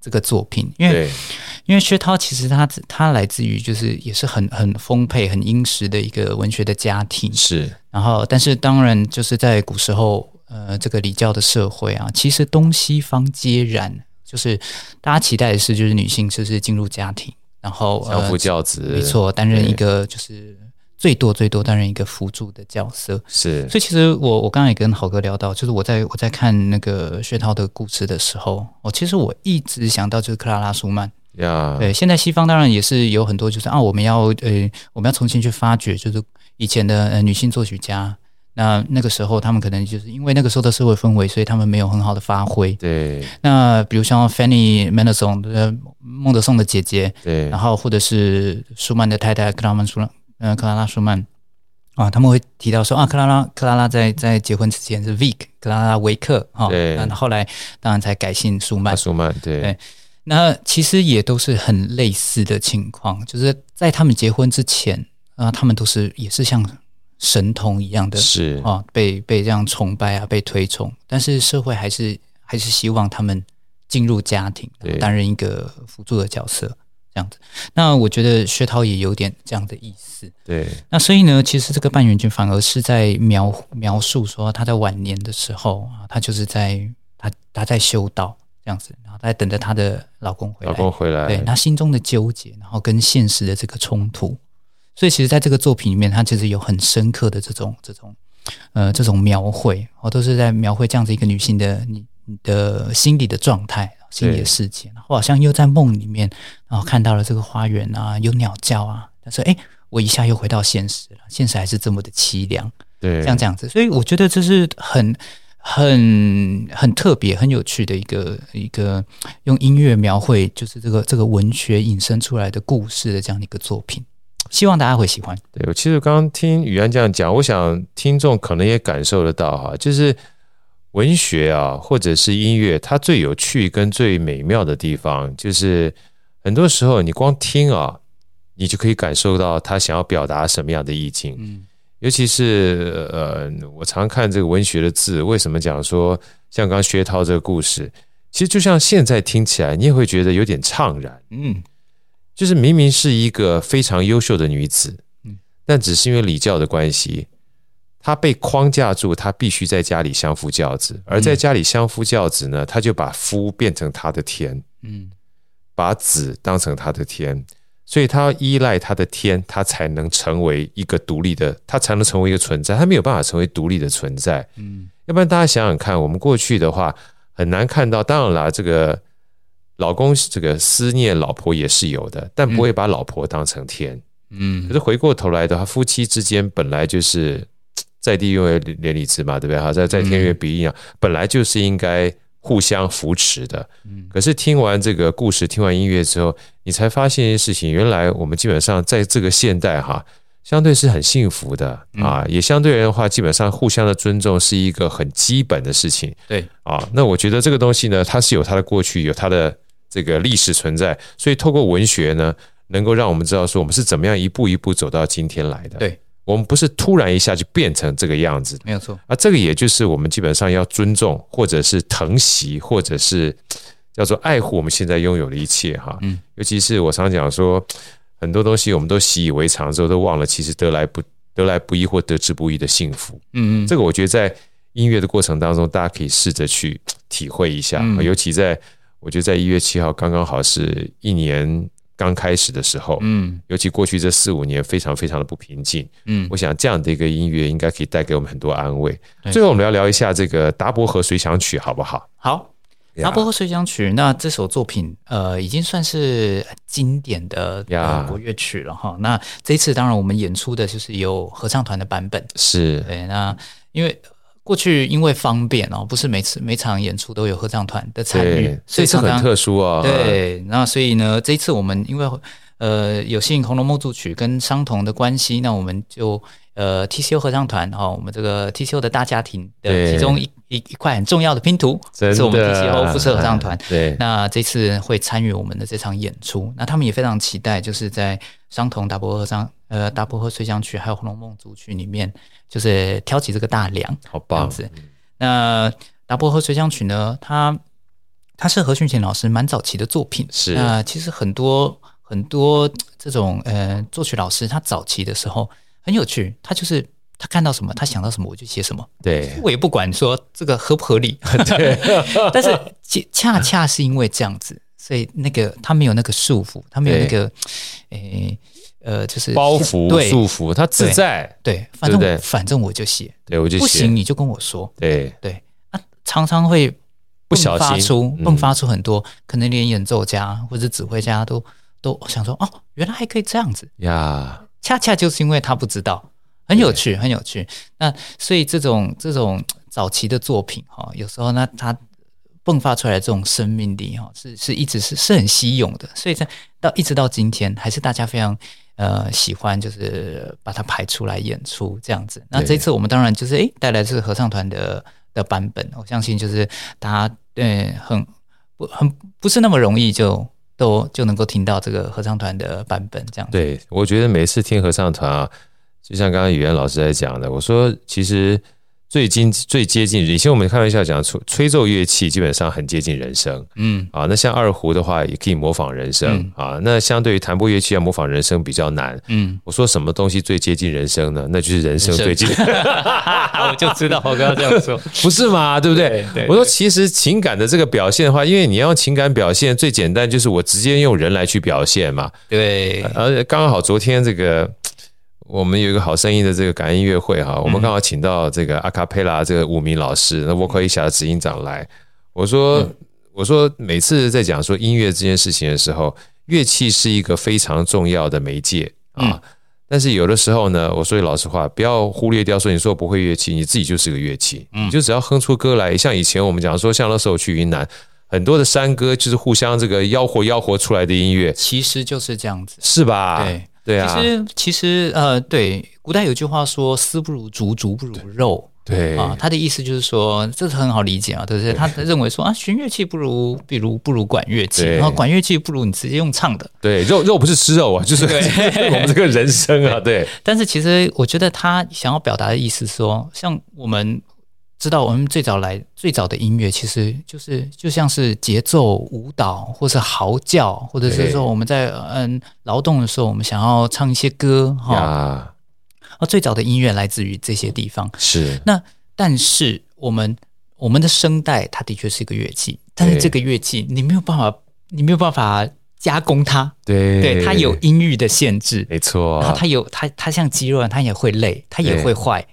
Speaker 3: 这个作品，因为
Speaker 2: 对
Speaker 3: 因为薛涛其实他他来自于就是也是很很丰沛、很殷实的一个文学的家庭，
Speaker 2: 是，
Speaker 3: 然后但是当然就是在古时候，呃，这个礼教的社会啊，其实东西方皆然，就是大家期待的是就是女性就是进入家庭，然后呃
Speaker 2: 相夫教子，
Speaker 3: 没，错，担任一个就是最多最多担任一个辅助的角色。
Speaker 2: 是
Speaker 3: 所以其实我我刚才也跟豪哥聊到，就是我在我在看那个薛涛的故事的时候，我、其实我一直想到就是克拉拉苏曼。
Speaker 2: 呀，
Speaker 3: 对，现在西方当然也是有很多就是啊，我们要呃我们要重新去发掘，就是以前的呃女性作曲家。那那个时候，他们可能就是因为那个时候的社会氛围，所以他们没有很好的发挥。
Speaker 2: 对
Speaker 3: 那比如像 Fanny Mendelssohn，呃，孟德颂的姐姐，
Speaker 2: 对
Speaker 3: 然后或者是舒曼的太太克拉曼舒曼，呃，克拉拉舒曼啊，他们会提到说啊，克拉拉克拉拉在在结婚之前是 Vic 克拉拉维克哈，
Speaker 2: 对啊
Speaker 3: 那、后来当然才改姓舒曼
Speaker 2: 阿。苏曼，对
Speaker 3: 对那其实也都是很类似的情况，就是在他们结婚之前啊，他们都是也是像神童一样的
Speaker 2: 是
Speaker 3: 啊，被被这样崇拜啊，被推崇，但是社会还是还是希望他们进入家庭，
Speaker 2: 对
Speaker 3: 担任一个辅助的角色，这样子。那我觉得薛涛也有点这样的意思。
Speaker 2: 对
Speaker 3: 那所以呢，其实这个半圆君反而是在描描述说他在晚年的时候啊，他就是在他他在修道这样子，然后他在等着他的老公回来，
Speaker 2: 老公回来，
Speaker 3: 对他心中的纠结，然后跟现实的这个冲突。所以其实，在这个作品里面，他其实有很深刻的这种这种呃这种描绘，哦，都是在描绘这样子一个女性的你你的心理的状态、心理的
Speaker 2: 对
Speaker 3: 世界。然后好像又在梦里面，然后看到了这个花园啊，有鸟叫啊。他说：“哎，我一下又回到现实了，现实还是这么的凄凉，
Speaker 2: 对，
Speaker 3: 像这样子。所以我觉得这是很。很很特别、很有趣的一个一个用音乐描绘，就是这个这个文学引申出来的故事的这样的一个作品，希望大家会喜欢。
Speaker 2: 对我其实刚刚听雨安这样讲，我想听众可能也感受得到哈，就是文学啊，或者是音乐，它最有趣跟最美妙的地方，就是很多时候你光听啊，你就可以感受到他想要表达什么样的意境。
Speaker 3: 嗯
Speaker 2: 尤其是呃，我常看这个文学的字，为什么讲说像刚刚薛涛这个故事，其实就像现在听起来，你也会觉得有点怅然。
Speaker 3: 嗯，
Speaker 2: 就是明明是一个非常优秀的女子，
Speaker 3: 嗯
Speaker 2: 但只是因为礼教的关系，她被框架住，她必须在家里相夫教子，而在家里相夫教子呢，她就把夫变成她的天，
Speaker 3: 嗯
Speaker 2: 把子当成她的天，所以她要依赖她的天，她才能成为一个独立的，她才能成为一个存在，她没有办法成为独立的存在，
Speaker 3: 嗯
Speaker 2: 要不然大家想想看，我们过去的话很难看到。当然啦，这个老公这个思念老婆也是有的，但不会把老婆当成天。可
Speaker 3: 嗯，
Speaker 2: 是回过头来的话，夫妻之间本来就是嘖在地因为连理枝嘛，对不对？哈，在在天月比翼啊，本来就是应该互相扶持的。
Speaker 3: 嗯
Speaker 2: 可是听完这个故事，听完音乐之后，你才发现一件事情：原来我们基本上在这个现代哈，相对是很幸福的
Speaker 3: 嗯
Speaker 2: 啊，也相对的话，基本上互相的尊重是一个很基本的事情
Speaker 3: 对，
Speaker 2: 啊。那我觉得这个东西呢，它是有它的过去，有它的这个历史存在，所以透过文学呢，能够让我们知道说我们是怎么样一步一步走到今天来的。
Speaker 3: 对，
Speaker 2: 我们不是突然一下就变成这个样子的
Speaker 3: 没有错。
Speaker 2: 啊，这个也就是我们基本上要尊重，或者是疼惜，或者是叫做爱护我们现在拥有的一切哈。
Speaker 3: 嗯，
Speaker 2: 尤其是我常讲说，很多东西我们都习以为常之后，都忘了其实得来不得来不易或得之不易的幸福。
Speaker 3: 嗯嗯，
Speaker 2: 这个我觉得在音乐的过程当中，大家可以试着去体会一下，
Speaker 3: 嗯
Speaker 2: 尤其在我觉得在一月七号刚刚好是一年刚开始的时候，
Speaker 3: 嗯
Speaker 2: 尤其过去这四五年非常非常的不平静。
Speaker 3: 嗯
Speaker 2: 我，想这样的一个音乐应该可以带给我们很多安慰。
Speaker 3: 对
Speaker 2: 最后我们聊聊一下这个达伯和随想曲好不好？
Speaker 3: 好。《拿破仑随想曲》那这首作品，呃，已经算是呃经典的
Speaker 2: 呀
Speaker 3: 呃国乐曲了哈。那这一次，当然我们演出的就是有合唱团的版本，
Speaker 2: 是
Speaker 3: 对，那因为过去因为方便哦，不是每次每场演出都有合唱团的参与
Speaker 2: 对，，
Speaker 3: 所以
Speaker 2: 这
Speaker 3: 常
Speaker 2: 很
Speaker 3: 常
Speaker 2: 特殊哦。，
Speaker 3: 对。那所以呢，这一次我们因为呃有幸《红楼梦》组曲跟商同的关系，那我们就呃 TCO 合唱团哈、哦，我们这个 TCO 的大家庭的
Speaker 2: 对
Speaker 3: 其中一一一块很重要的拼图，
Speaker 2: 真的哎
Speaker 3: 是我们 TCO 辐射合唱团。
Speaker 2: 对，
Speaker 3: 那这次会参与我们的这场演出，那他们也非常期待，就是在相同大伯和上呃大伯和随想曲还有《红楼梦》组曲里面，就是挑起这个大梁。
Speaker 2: 好
Speaker 3: 这样
Speaker 2: 棒，
Speaker 3: 子那大伯和随想曲呢，它它是何训贤老师蛮早期的作品，
Speaker 2: 是
Speaker 3: 那其实很多很多这种呃作曲老师，他早期的时候很有趣，他就是他看到什么，他想到什么，我就写什么。
Speaker 2: 对，
Speaker 3: 我也不管说这个合不合理， 但是其恰恰是因为这样子，所以那个他没有那个束缚，他没有那个，诶呃，就是
Speaker 2: 包袱
Speaker 3: 对
Speaker 2: 束缚，他自在，
Speaker 3: 对，反
Speaker 2: 对不对
Speaker 3: 正反正我就写，
Speaker 2: 对我就
Speaker 3: 不
Speaker 2: 写
Speaker 3: 行，你就跟我说，
Speaker 2: 对
Speaker 3: 对啊，常常会
Speaker 2: 不小心
Speaker 3: 迸发出
Speaker 2: 嗯
Speaker 3: 迸发出很多，可能连演奏家或者指挥家都都想说，哦，原来还可以这样子，
Speaker 2: 呀，
Speaker 3: 恰恰就是因为他不知道，很有趣，很有趣。那所以这种这种早期的作品哈、有时候呢，它迸发出来的这种生命力哈、是是一直是是很稀有的，所以在到一直到今天，还是大家非常呃喜欢，就是把它排出来演出这样子。那这次我们当然就是诶带来这个合唱团的的版本，我相信就是大家呃很不很不是那么容易就。都就能够听到这个合唱团的版本，这样子
Speaker 2: 对，我觉得每次听合唱团啊，就像刚刚语言老师在讲的，我说其实最近最接近，以前我们开玩笑讲吹吹奏乐器基本上很接近人声，
Speaker 3: 嗯，
Speaker 2: 啊，那像二胡的话，也可以模仿人声、啊。那相对于弹拨乐器要模仿人声比较难。
Speaker 3: 嗯，
Speaker 2: 我说什么东西最接近人声呢？那就是人声
Speaker 3: 人声
Speaker 2: 最近，
Speaker 3: 我就知道我刚刚这样说。
Speaker 2: 不是 嘛？对不对？
Speaker 3: 对对
Speaker 2: 我说其实情感的这个表现的话，因为你要情感表现最简单就是我直接用人来去表现嘛。
Speaker 3: 对，
Speaker 2: 呃而且刚好昨天这个。我们有一个好声音的这个感恩音乐会哈，我们刚好请到这个阿卡佩拉这个五名老师，那 vocal 一侠的执行长来。我说，我说每次在讲说音乐这件事情的时候，乐器是一个非常重要的媒介啊。但是有的时候呢，我说句老实话，不要忽略掉说你说不会乐器，你自己就是个乐器，你就只要哼出歌来。像以前我们讲说，像那时候去云南，很多的山歌就是互相这个吆喝吆喝出来的音乐，
Speaker 3: 其实就是这样子。
Speaker 2: 是吧？
Speaker 3: 对
Speaker 2: 对啊
Speaker 3: 其，实其实呃，对，古代有句话说“丝不如竹，竹不如肉”。
Speaker 2: 对
Speaker 3: 啊，他的意思就是说，这是很好理解啊，对不对？他认为说啊，弦乐器不如，比如不如管乐器，
Speaker 2: 对
Speaker 3: 然后管乐器不如你直接用唱的。
Speaker 2: 对，肉肉不是吃 肉啊，就是 我们这个人生啊，对
Speaker 3: 但是其实我觉得他想要表达的意思是说，像我们知道，我们最早来最早的音乐，其实就是就像是节奏、舞蹈，或是嚎叫，或者是
Speaker 2: 对
Speaker 3: 说我们在嗯劳动的时候，我们想要唱一些歌哈。
Speaker 2: 呀，
Speaker 3: 而最早的音乐来自于这些地方。
Speaker 2: 是
Speaker 3: 那但是我们我们的声带，它的确是一个乐器，但是这个乐器你没有办法，你没有办法加工它，
Speaker 2: 对，
Speaker 3: 对它有音域的限制，
Speaker 2: 没错，
Speaker 3: 然后它有它它像肌肉一样，它也会累，它
Speaker 2: 啊
Speaker 3: 也
Speaker 2: 对
Speaker 3: 会坏，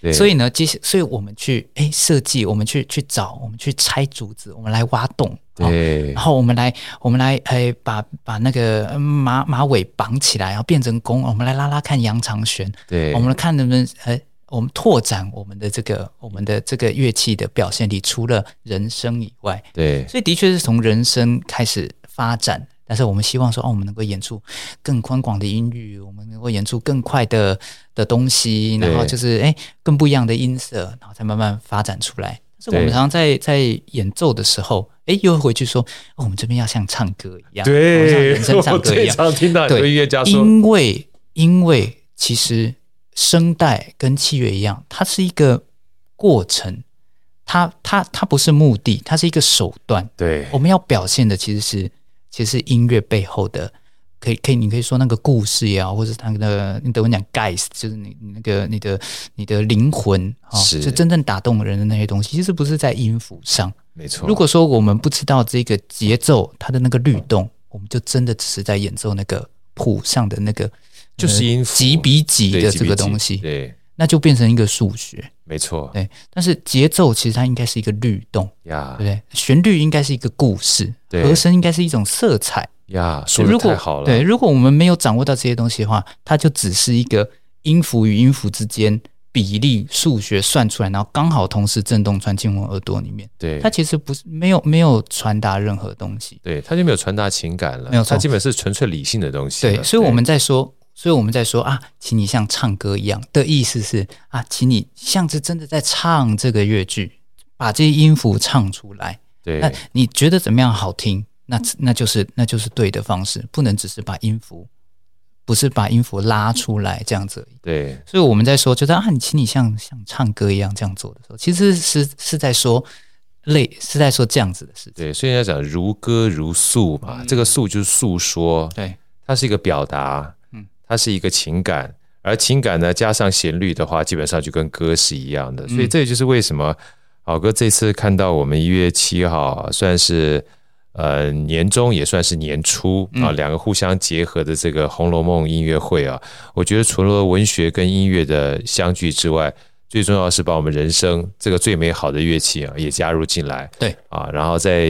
Speaker 2: 对
Speaker 3: 所以呢，接下所以我们去哎设计，我们去去找，我们去拆竹子，我们来挖洞。好
Speaker 2: 对
Speaker 3: 然后我们来，我们来，哎，把把那个嗯马马尾绑起来，然后变成弓。我们来拉拉看羊肠弦，
Speaker 2: 对，
Speaker 3: 我们看能不能呃，我们拓展我们的这个我们的这个乐器的表现力，除了人声以外，
Speaker 2: 对
Speaker 3: 所以的确是从人声开始发展。但是我们希望说，哦，我们能够演出更宽广的音域，我们能够演出更快的的东西，
Speaker 2: 对
Speaker 3: 然后就是哎更不一样的音色，然后再慢慢发展出来。但是我们
Speaker 2: 对
Speaker 3: 常常在在演奏的时候，哎，又回去说、哦，我们这边要像唱歌一样，我们像
Speaker 2: 对
Speaker 3: 人，声 唱
Speaker 2: 我
Speaker 3: 歌一
Speaker 2: 最
Speaker 3: 样，
Speaker 2: 常听到很多
Speaker 3: 对
Speaker 2: 音乐家说，
Speaker 3: 因为因为其实声带跟器乐一样，它是一个过程，它它它不是目的，它是一个手段。
Speaker 2: 对
Speaker 3: 我们要表现的其实是其实是音乐背后的。可以，可以，你可以说那个故事也好，或者它的你等我讲 guys，就是你你那个你的你的灵魂啊、哦，
Speaker 2: 是
Speaker 3: 就真正打动人的那些东西，其实不是在音符上。
Speaker 2: 没错，
Speaker 3: 如果说我们不知道这个节奏它的那个律动，我们就真的只是在演奏那个谱上的那个，
Speaker 2: 就是音符
Speaker 3: 呃几比几
Speaker 2: 对
Speaker 3: 的
Speaker 2: 几
Speaker 3: 这
Speaker 2: 比
Speaker 3: 个
Speaker 2: 几
Speaker 3: 东西，
Speaker 2: 对，
Speaker 3: 那就变成一个数学。
Speaker 2: 没错
Speaker 3: 对，但是节奏其实它应该是一个律动，对
Speaker 2: 呀
Speaker 3: 不对？旋律应该是一个故事，
Speaker 2: 对
Speaker 3: 和声应该是一种色彩。
Speaker 2: 呀，说的
Speaker 3: 如果
Speaker 2: 太好了，
Speaker 3: 对，如果我们没有掌握到这些东西的话，它就只是一个音符与音符之间比例数学算出来，然后刚好同时震动传进我耳朵里面。
Speaker 2: 对
Speaker 3: 它其实不是没有没有传达任何东西。
Speaker 2: 对，他就没有传达情感了，
Speaker 3: 没有错
Speaker 2: 他基本是纯粹理性的东西了。
Speaker 3: 对，所以我们在说，所以我们在说啊，请你像唱歌一样的意思是啊，请你像是真的在唱这个乐句，把这些音符唱出来。
Speaker 2: 对
Speaker 3: 那你觉得怎么样好听？那那就是那就是对的方式，不能只是把音符，不是把音符拉出来这样子而已。
Speaker 2: 对
Speaker 3: 所以我们在说，就是啊，你请你像像唱歌一样这样做的时候，其实是是在说类是在说这样子的事情。
Speaker 2: 对，所以要讲如歌如诉嘛，这个诉就是诉说，
Speaker 3: 对，
Speaker 2: 它是一个表达，
Speaker 3: 嗯
Speaker 2: 它是一个情感，而情感呢加上旋律的话，基本上就跟歌是一样的，所以这也就是为什么好哥这次看到我们一月七号算是。呃，年终也算是年初
Speaker 3: 嗯
Speaker 2: 啊，两个互相结合的这个《红楼梦》音乐会啊，我觉得除了文学跟音乐的相聚之外，最重要是把我们人生这个最美好的乐器啊也加入进来。
Speaker 3: 对
Speaker 2: 啊，然后在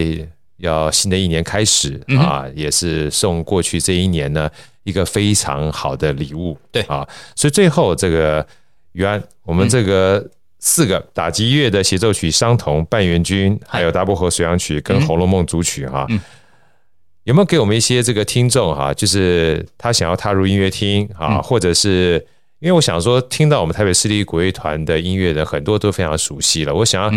Speaker 2: 要新的一年开始
Speaker 3: 嗯
Speaker 2: 啊，也是送过去这一年呢一个非常好的礼物。
Speaker 3: 对
Speaker 2: 啊，所以最后这个于安，我们这个。四个打击乐的协奏曲相同，半圆军，还有大薄荷水漾曲跟《红楼梦》组曲哈、有没有给我们一些这个听众哈、就是他想要踏入音乐厅啊，或者是因为我想说，听到我们台北市立国乐团的音乐的很多都非常熟悉了，我想要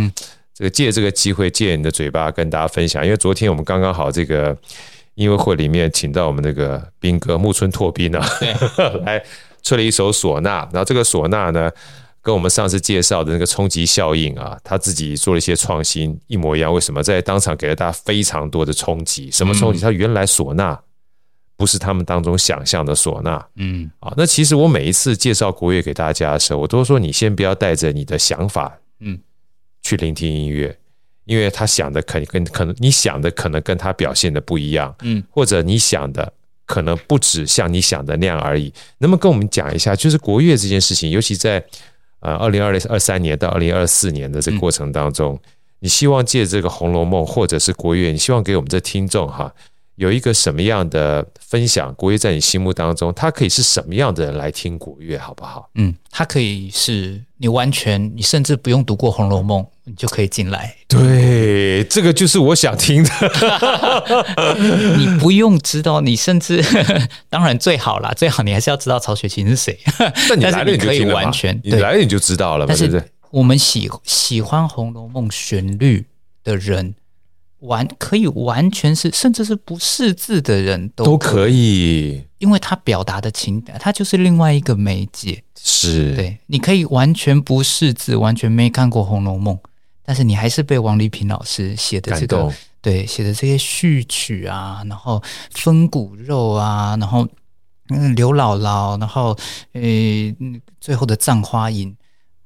Speaker 2: 这个借这个机会，借你的嘴巴跟大家分享，因为昨天我们刚刚好这个音乐会里面请到我们那个兵哥木村拓兵啊， 来吹了一首唢呐，然后这个唢呐呢。跟我们上次介绍的那个冲击效应啊，他自己做了一些创新，一模一样。为什么在当场给了大家非常多的冲击？什么冲击？他原来唢呐不是他们当中想象的唢呐
Speaker 3: 嗯，
Speaker 2: 啊。那其实我每一次介绍国乐给大家的时候，我都说你先不要带着你的想法，
Speaker 3: 嗯，
Speaker 2: 去聆听音乐，因为他想的可能跟可能你想的可能跟他表现的不一样，
Speaker 3: 嗯，
Speaker 2: 或者你想的。可能不止像你想的那样而已。那么跟我们讲一下，就是国乐这件事情，尤其在呃二零二二三年到二零二四年的
Speaker 3: 嗯
Speaker 2: 这个过程当中，你希望借这个《红楼梦》或者是国乐，你希望给我们这听众哈有一个什么样的分享，国乐在你心目当中，它可以是什么样的人来听国乐，好不好？
Speaker 3: 嗯，它可以是你完全，你甚至不用读过《红楼梦》，你就可以进来。
Speaker 2: 对，这个就是我想听 的。
Speaker 3: 你不用知道，你甚至 当然最好啦，最好你还是要知道曹雪芹是谁。
Speaker 2: 但你
Speaker 3: 但是
Speaker 2: 来了
Speaker 3: 你
Speaker 2: 你就
Speaker 3: 可以
Speaker 2: 听了嘛
Speaker 3: 完全
Speaker 2: 你
Speaker 3: 对
Speaker 2: 来了你就知道了嘛，
Speaker 3: 但
Speaker 2: 对
Speaker 3: 是
Speaker 2: 不对？
Speaker 3: 我们喜喜欢《红楼梦》旋律的人，完可以完全是，甚至是不识字的人都，
Speaker 2: 都可以，
Speaker 3: 因为他表达的情感，它就是另外一个媒介。
Speaker 2: 是，
Speaker 3: 对，你可以完全不识字，完全没看过《红楼梦》，但是你还是被王丽萍老师写的这
Speaker 2: 感
Speaker 3: 个
Speaker 2: 动，
Speaker 3: 对写的这些序曲啊，然后分骨肉啊，然后嗯刘姥姥，然后呃嗯最后的葬花吟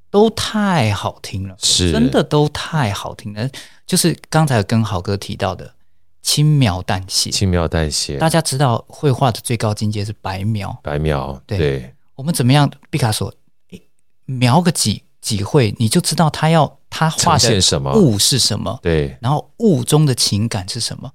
Speaker 3: 都太好听了，
Speaker 2: 是
Speaker 3: 真的都太好听了。就是刚才跟豪哥提到的轻描淡写，
Speaker 2: 轻描淡写，
Speaker 3: 大家知道绘画的最高境界是白描，
Speaker 2: 白描，
Speaker 3: 对
Speaker 2: 对，
Speaker 3: 我们怎么样？毕卡索诶描个几几绘，你就知道他要他
Speaker 2: 呈
Speaker 3: 画的
Speaker 2: 现什么？
Speaker 3: 物是什么，
Speaker 2: 对，
Speaker 3: 然后物中的情感是什么。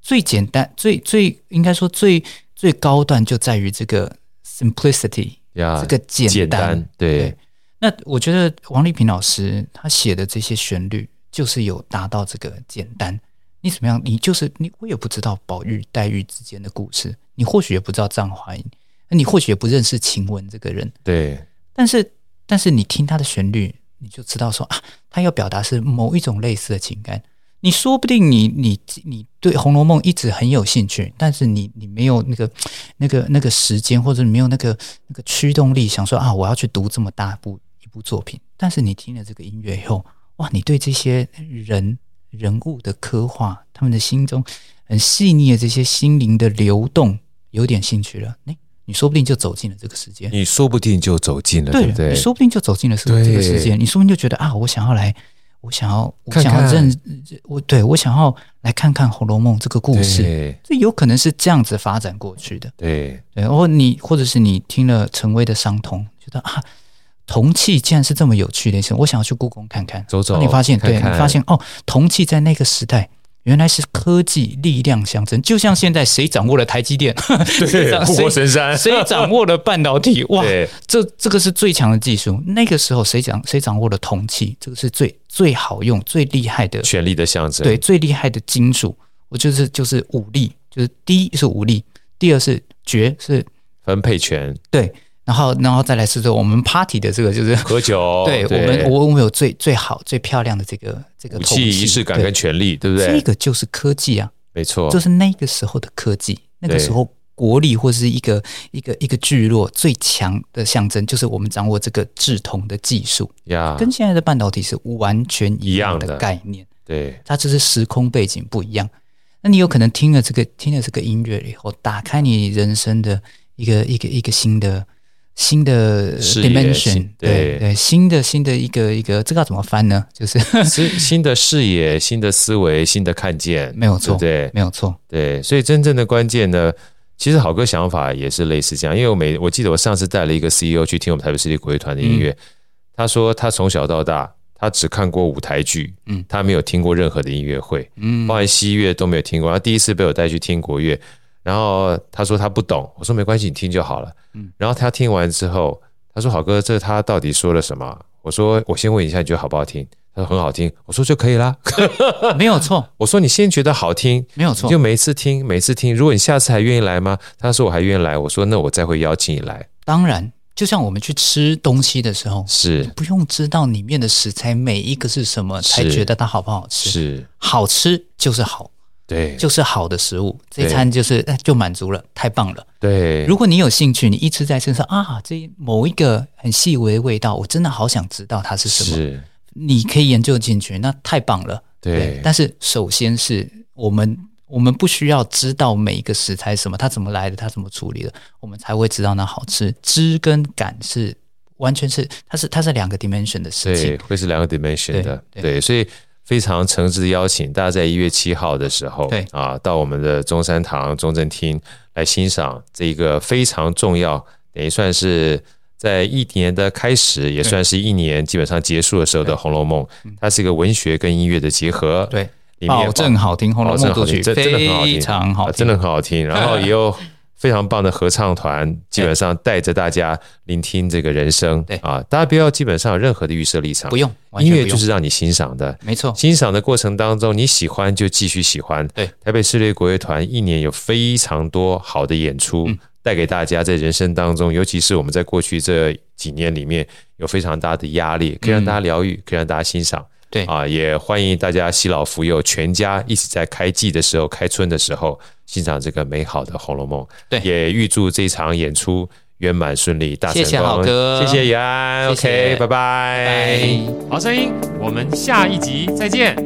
Speaker 3: 最简单、最最应该说最最高段就在于这个 simplicity，、
Speaker 2: 呀
Speaker 3: 这，个简
Speaker 2: 啊
Speaker 3: 单。
Speaker 2: 简单，对
Speaker 3: 对，那我觉得王丽萍老师她写的这些旋律，就是有达到这个简单。你怎么样？你就是你，我也不知道宝玉、黛玉之间的故事，你或许也不知道葬花吟，那你或许也不认识晴雯这个人，
Speaker 2: 对，
Speaker 3: 但是但是你听他的旋律，你就知道说啊，他要表达是某一种类似的情感。你说不定你你你对《红楼梦》一直很有兴趣，但是你你没有那个那个那个时间，或者你没有那个那个驱动力，想说啊，我要去读这么大部一部作品。但是你听了这个音乐以后，哇，你对这些人人物的刻画，他们的心中很细腻的这些心灵的流动，有点兴趣了，你你说不定就走进了这个世界。
Speaker 2: 你说不定就走进了，
Speaker 3: 对
Speaker 2: 对不对
Speaker 3: 你？说不定就走进了这
Speaker 2: 对
Speaker 3: 个这个世界，你说不定就觉得啊，我想要来，我想要，我
Speaker 2: 看
Speaker 3: 想
Speaker 2: 看
Speaker 3: 要认，我对我想要来看看《红楼梦》这个故事，
Speaker 2: 对，
Speaker 3: 这有可能是这样子发展过去的。
Speaker 2: 对，
Speaker 3: 对，然后你或者是你听了陈薇的《伤痛》，觉得啊，铜器竟然是这么有趣的一事，我想要去故宫看看。
Speaker 2: 走走
Speaker 3: 然后你发现，
Speaker 2: 看看
Speaker 3: 对你发现哦，铜器在那个时代。原来是科技力量相争，就像现在谁掌握了台 积电， 谁掌
Speaker 2: 护国神山，
Speaker 3: 谁掌握了半导体，哇，
Speaker 2: 对，
Speaker 3: 这这个是最强的技术。那个时候谁掌谁掌握了铜器，这个是最最好用、最厉害的，
Speaker 2: 权力的象征，
Speaker 3: 对，最厉害的金属。我就是就是武力，就是第一是武力，第二是绝是
Speaker 2: 分配权，
Speaker 3: 对，然后然后再来是说我们 party 的这个就是。
Speaker 2: 喝酒，
Speaker 3: 对我们，我我们有最最好、最漂亮的这个这个
Speaker 2: 武
Speaker 3: 铜
Speaker 2: 器、仪式感跟
Speaker 3: 对
Speaker 2: 权力，对不
Speaker 3: 这
Speaker 2: 对？
Speaker 3: 个就是科技啊，
Speaker 2: 没错，
Speaker 3: 就是那个时候的科技，那个
Speaker 2: 对
Speaker 3: 时候国力或是一个一个一个聚落最强的象征，就是我们掌握这个制铜的技术。
Speaker 2: 呀，
Speaker 3: 跟现在的半导体是完全
Speaker 2: 一
Speaker 3: 一样
Speaker 2: 样的
Speaker 3: 的概念，
Speaker 2: 对，
Speaker 3: 它只是时空背景不一样。那你有可能听了这个听了这个音乐以后，打开你人生的一个一个一个新的新的
Speaker 2: 视野
Speaker 3: dimension，
Speaker 2: 新对
Speaker 3: 对对，新的新的一个一个，这个要怎么翻呢？就是
Speaker 2: 新新的视野、新的思维、新的看见，
Speaker 3: 没有错
Speaker 2: 对不对？
Speaker 3: 没有错，
Speaker 2: 对，所以真正的关键呢，其实好哥想法也是类似这样，因为我每我记得我上次带了一个 CEO 去听我们台北市立国乐团的音
Speaker 3: 嗯
Speaker 2: 乐，他说他从小到大他只看过舞台剧，
Speaker 3: 嗯
Speaker 2: 他没有听过任何的音乐会，
Speaker 3: 嗯
Speaker 2: 包含西乐都没有听过，他第一次被我带去听国乐，然后他说他不懂，我说没关系，你听就好了，
Speaker 3: 嗯
Speaker 2: 然后他听完之后，他说好哥，这他到底说了什么？我说我先问一下，你觉得好不好听？他说很好听，我说就可以啦。
Speaker 3: 没有错，
Speaker 2: 我说你先觉得好听，
Speaker 3: 没有
Speaker 2: 你
Speaker 3: 错
Speaker 2: 就，每一次听，每一次听。如果你下次还愿意来吗？他说我还愿意来。我说那我再会邀请你来。
Speaker 3: 当然，就像我们去吃东西的时候。
Speaker 2: 是
Speaker 3: 不用知道里面的食材每一个是什么，才
Speaker 2: 是
Speaker 3: 觉得它好不好吃。
Speaker 2: 是，
Speaker 3: 好吃就是好，
Speaker 2: 对
Speaker 3: 就是好的食物，这一
Speaker 2: 对
Speaker 3: 餐就是哎就满足了，太棒了。
Speaker 2: 对，
Speaker 3: 如果你有兴趣，你一吃在身上啊，这某一个很细微的味道，我真的好想知道它是什么，
Speaker 2: 是
Speaker 3: 你可以研究进去，那太棒了。
Speaker 2: 对
Speaker 3: 但是首先是我们我们不需要知道每一个食材是什么，它怎么来的，它怎么处理的，我们才会知道那好吃。知跟感是完全是，它是它是两个 dimension 的事
Speaker 2: 对
Speaker 3: 情。，
Speaker 2: 会是两个 dimension
Speaker 3: 对
Speaker 2: 的，
Speaker 3: 对
Speaker 2: 对，所以非常诚挚的邀请大家在一月七号的时候，
Speaker 3: 对
Speaker 2: 啊，到我们的中山堂中正厅来欣赏这一个非常重要，等于算是。在一年的开始，也
Speaker 3: 对嗯
Speaker 2: 算是一年基本上结束的时候的《红楼梦》，它是一个文学跟音乐的结合。
Speaker 3: 对
Speaker 2: 里面
Speaker 3: 保证好听，《红楼
Speaker 2: 保
Speaker 3: 梦
Speaker 2: 证》
Speaker 3: 作
Speaker 2: 好
Speaker 3: 曲
Speaker 2: 听，真真的很好
Speaker 3: 非
Speaker 2: 听，
Speaker 3: 常好
Speaker 2: 啊
Speaker 3: 听，
Speaker 2: 真的很好听。然后也有非常棒的合唱团，基本上带着大家聆听这个人生。
Speaker 3: 对
Speaker 2: 啊，大家不要基本上有任何的预设立场
Speaker 3: 不，用，完
Speaker 2: 音
Speaker 3: 全
Speaker 2: 乐
Speaker 3: 不
Speaker 2: 就
Speaker 3: 用
Speaker 2: 是让你欣赏的。
Speaker 3: 没错，
Speaker 2: 欣赏的过程当中，你喜欢就继续喜欢。
Speaker 3: 对，
Speaker 2: 台北市立国乐团一年有非常多好的演出，
Speaker 3: 嗯
Speaker 2: 带给大家在人生当中，尤其是我们在过去这几年里面有非常大的压力，可以让大家疗愈，可以让大家欣赏。
Speaker 3: 嗯对
Speaker 2: 啊，也欢迎大家惜老扶幼，全家一起在开季的时候、开春的时候欣赏这个美好的《红楼梦》。
Speaker 3: 对
Speaker 2: 也预祝这场演出圆满顺利，大成
Speaker 3: 谢
Speaker 2: 功。
Speaker 3: 谢好哥
Speaker 2: 谢谢怡安。
Speaker 3: 谢谢
Speaker 2: OK，拜拜。
Speaker 3: 拜。
Speaker 2: 好声音，我们下一集再见。